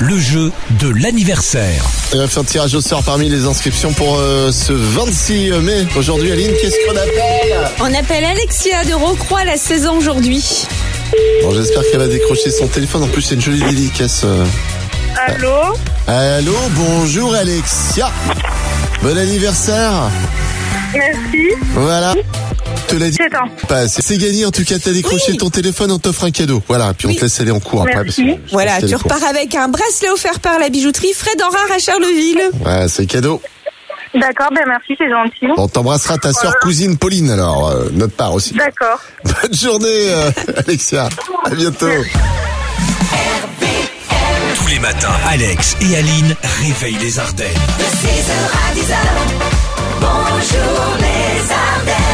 le jeu de l'anniversaire. On va faire tirage au sort parmi les inscriptions pour euh, ce 26 mai. Aujourd'hui, Aline, qu'est-ce qu'on appelle On appelle Alexia de Rocroi, la 16 ans aujourd'hui. Bon, j'espère qu'elle va décrocher son téléphone. En plus, c'est une jolie dédicace. euh. Allô Allô, bonjour Alexia. Bon anniversaire. Merci. Voilà. Te l'ai dit. C'est temps. Pas assez. C'est gagné, en tout cas, t'as décroché Oui. ton téléphone, on t'offre un cadeau. Voilà, puis on te laisse aller en cours après. Merci. parce que je pense Voilà, que tu t'as les repars avec un bracelet offert par la bijouterie Fred Enrard à Charleville. cours. Ouais, c'est cadeau. D'accord, ben merci, c'est gentil. On t'embrassera ta sœur cousine Pauline, alors, euh, notre part aussi. D'accord. Bonne journée, euh, Alexia. À bientôt. Tous les matins, Alex et Aline réveillent les Ardennes. De 6h à 10h, bonjour les Ardennes.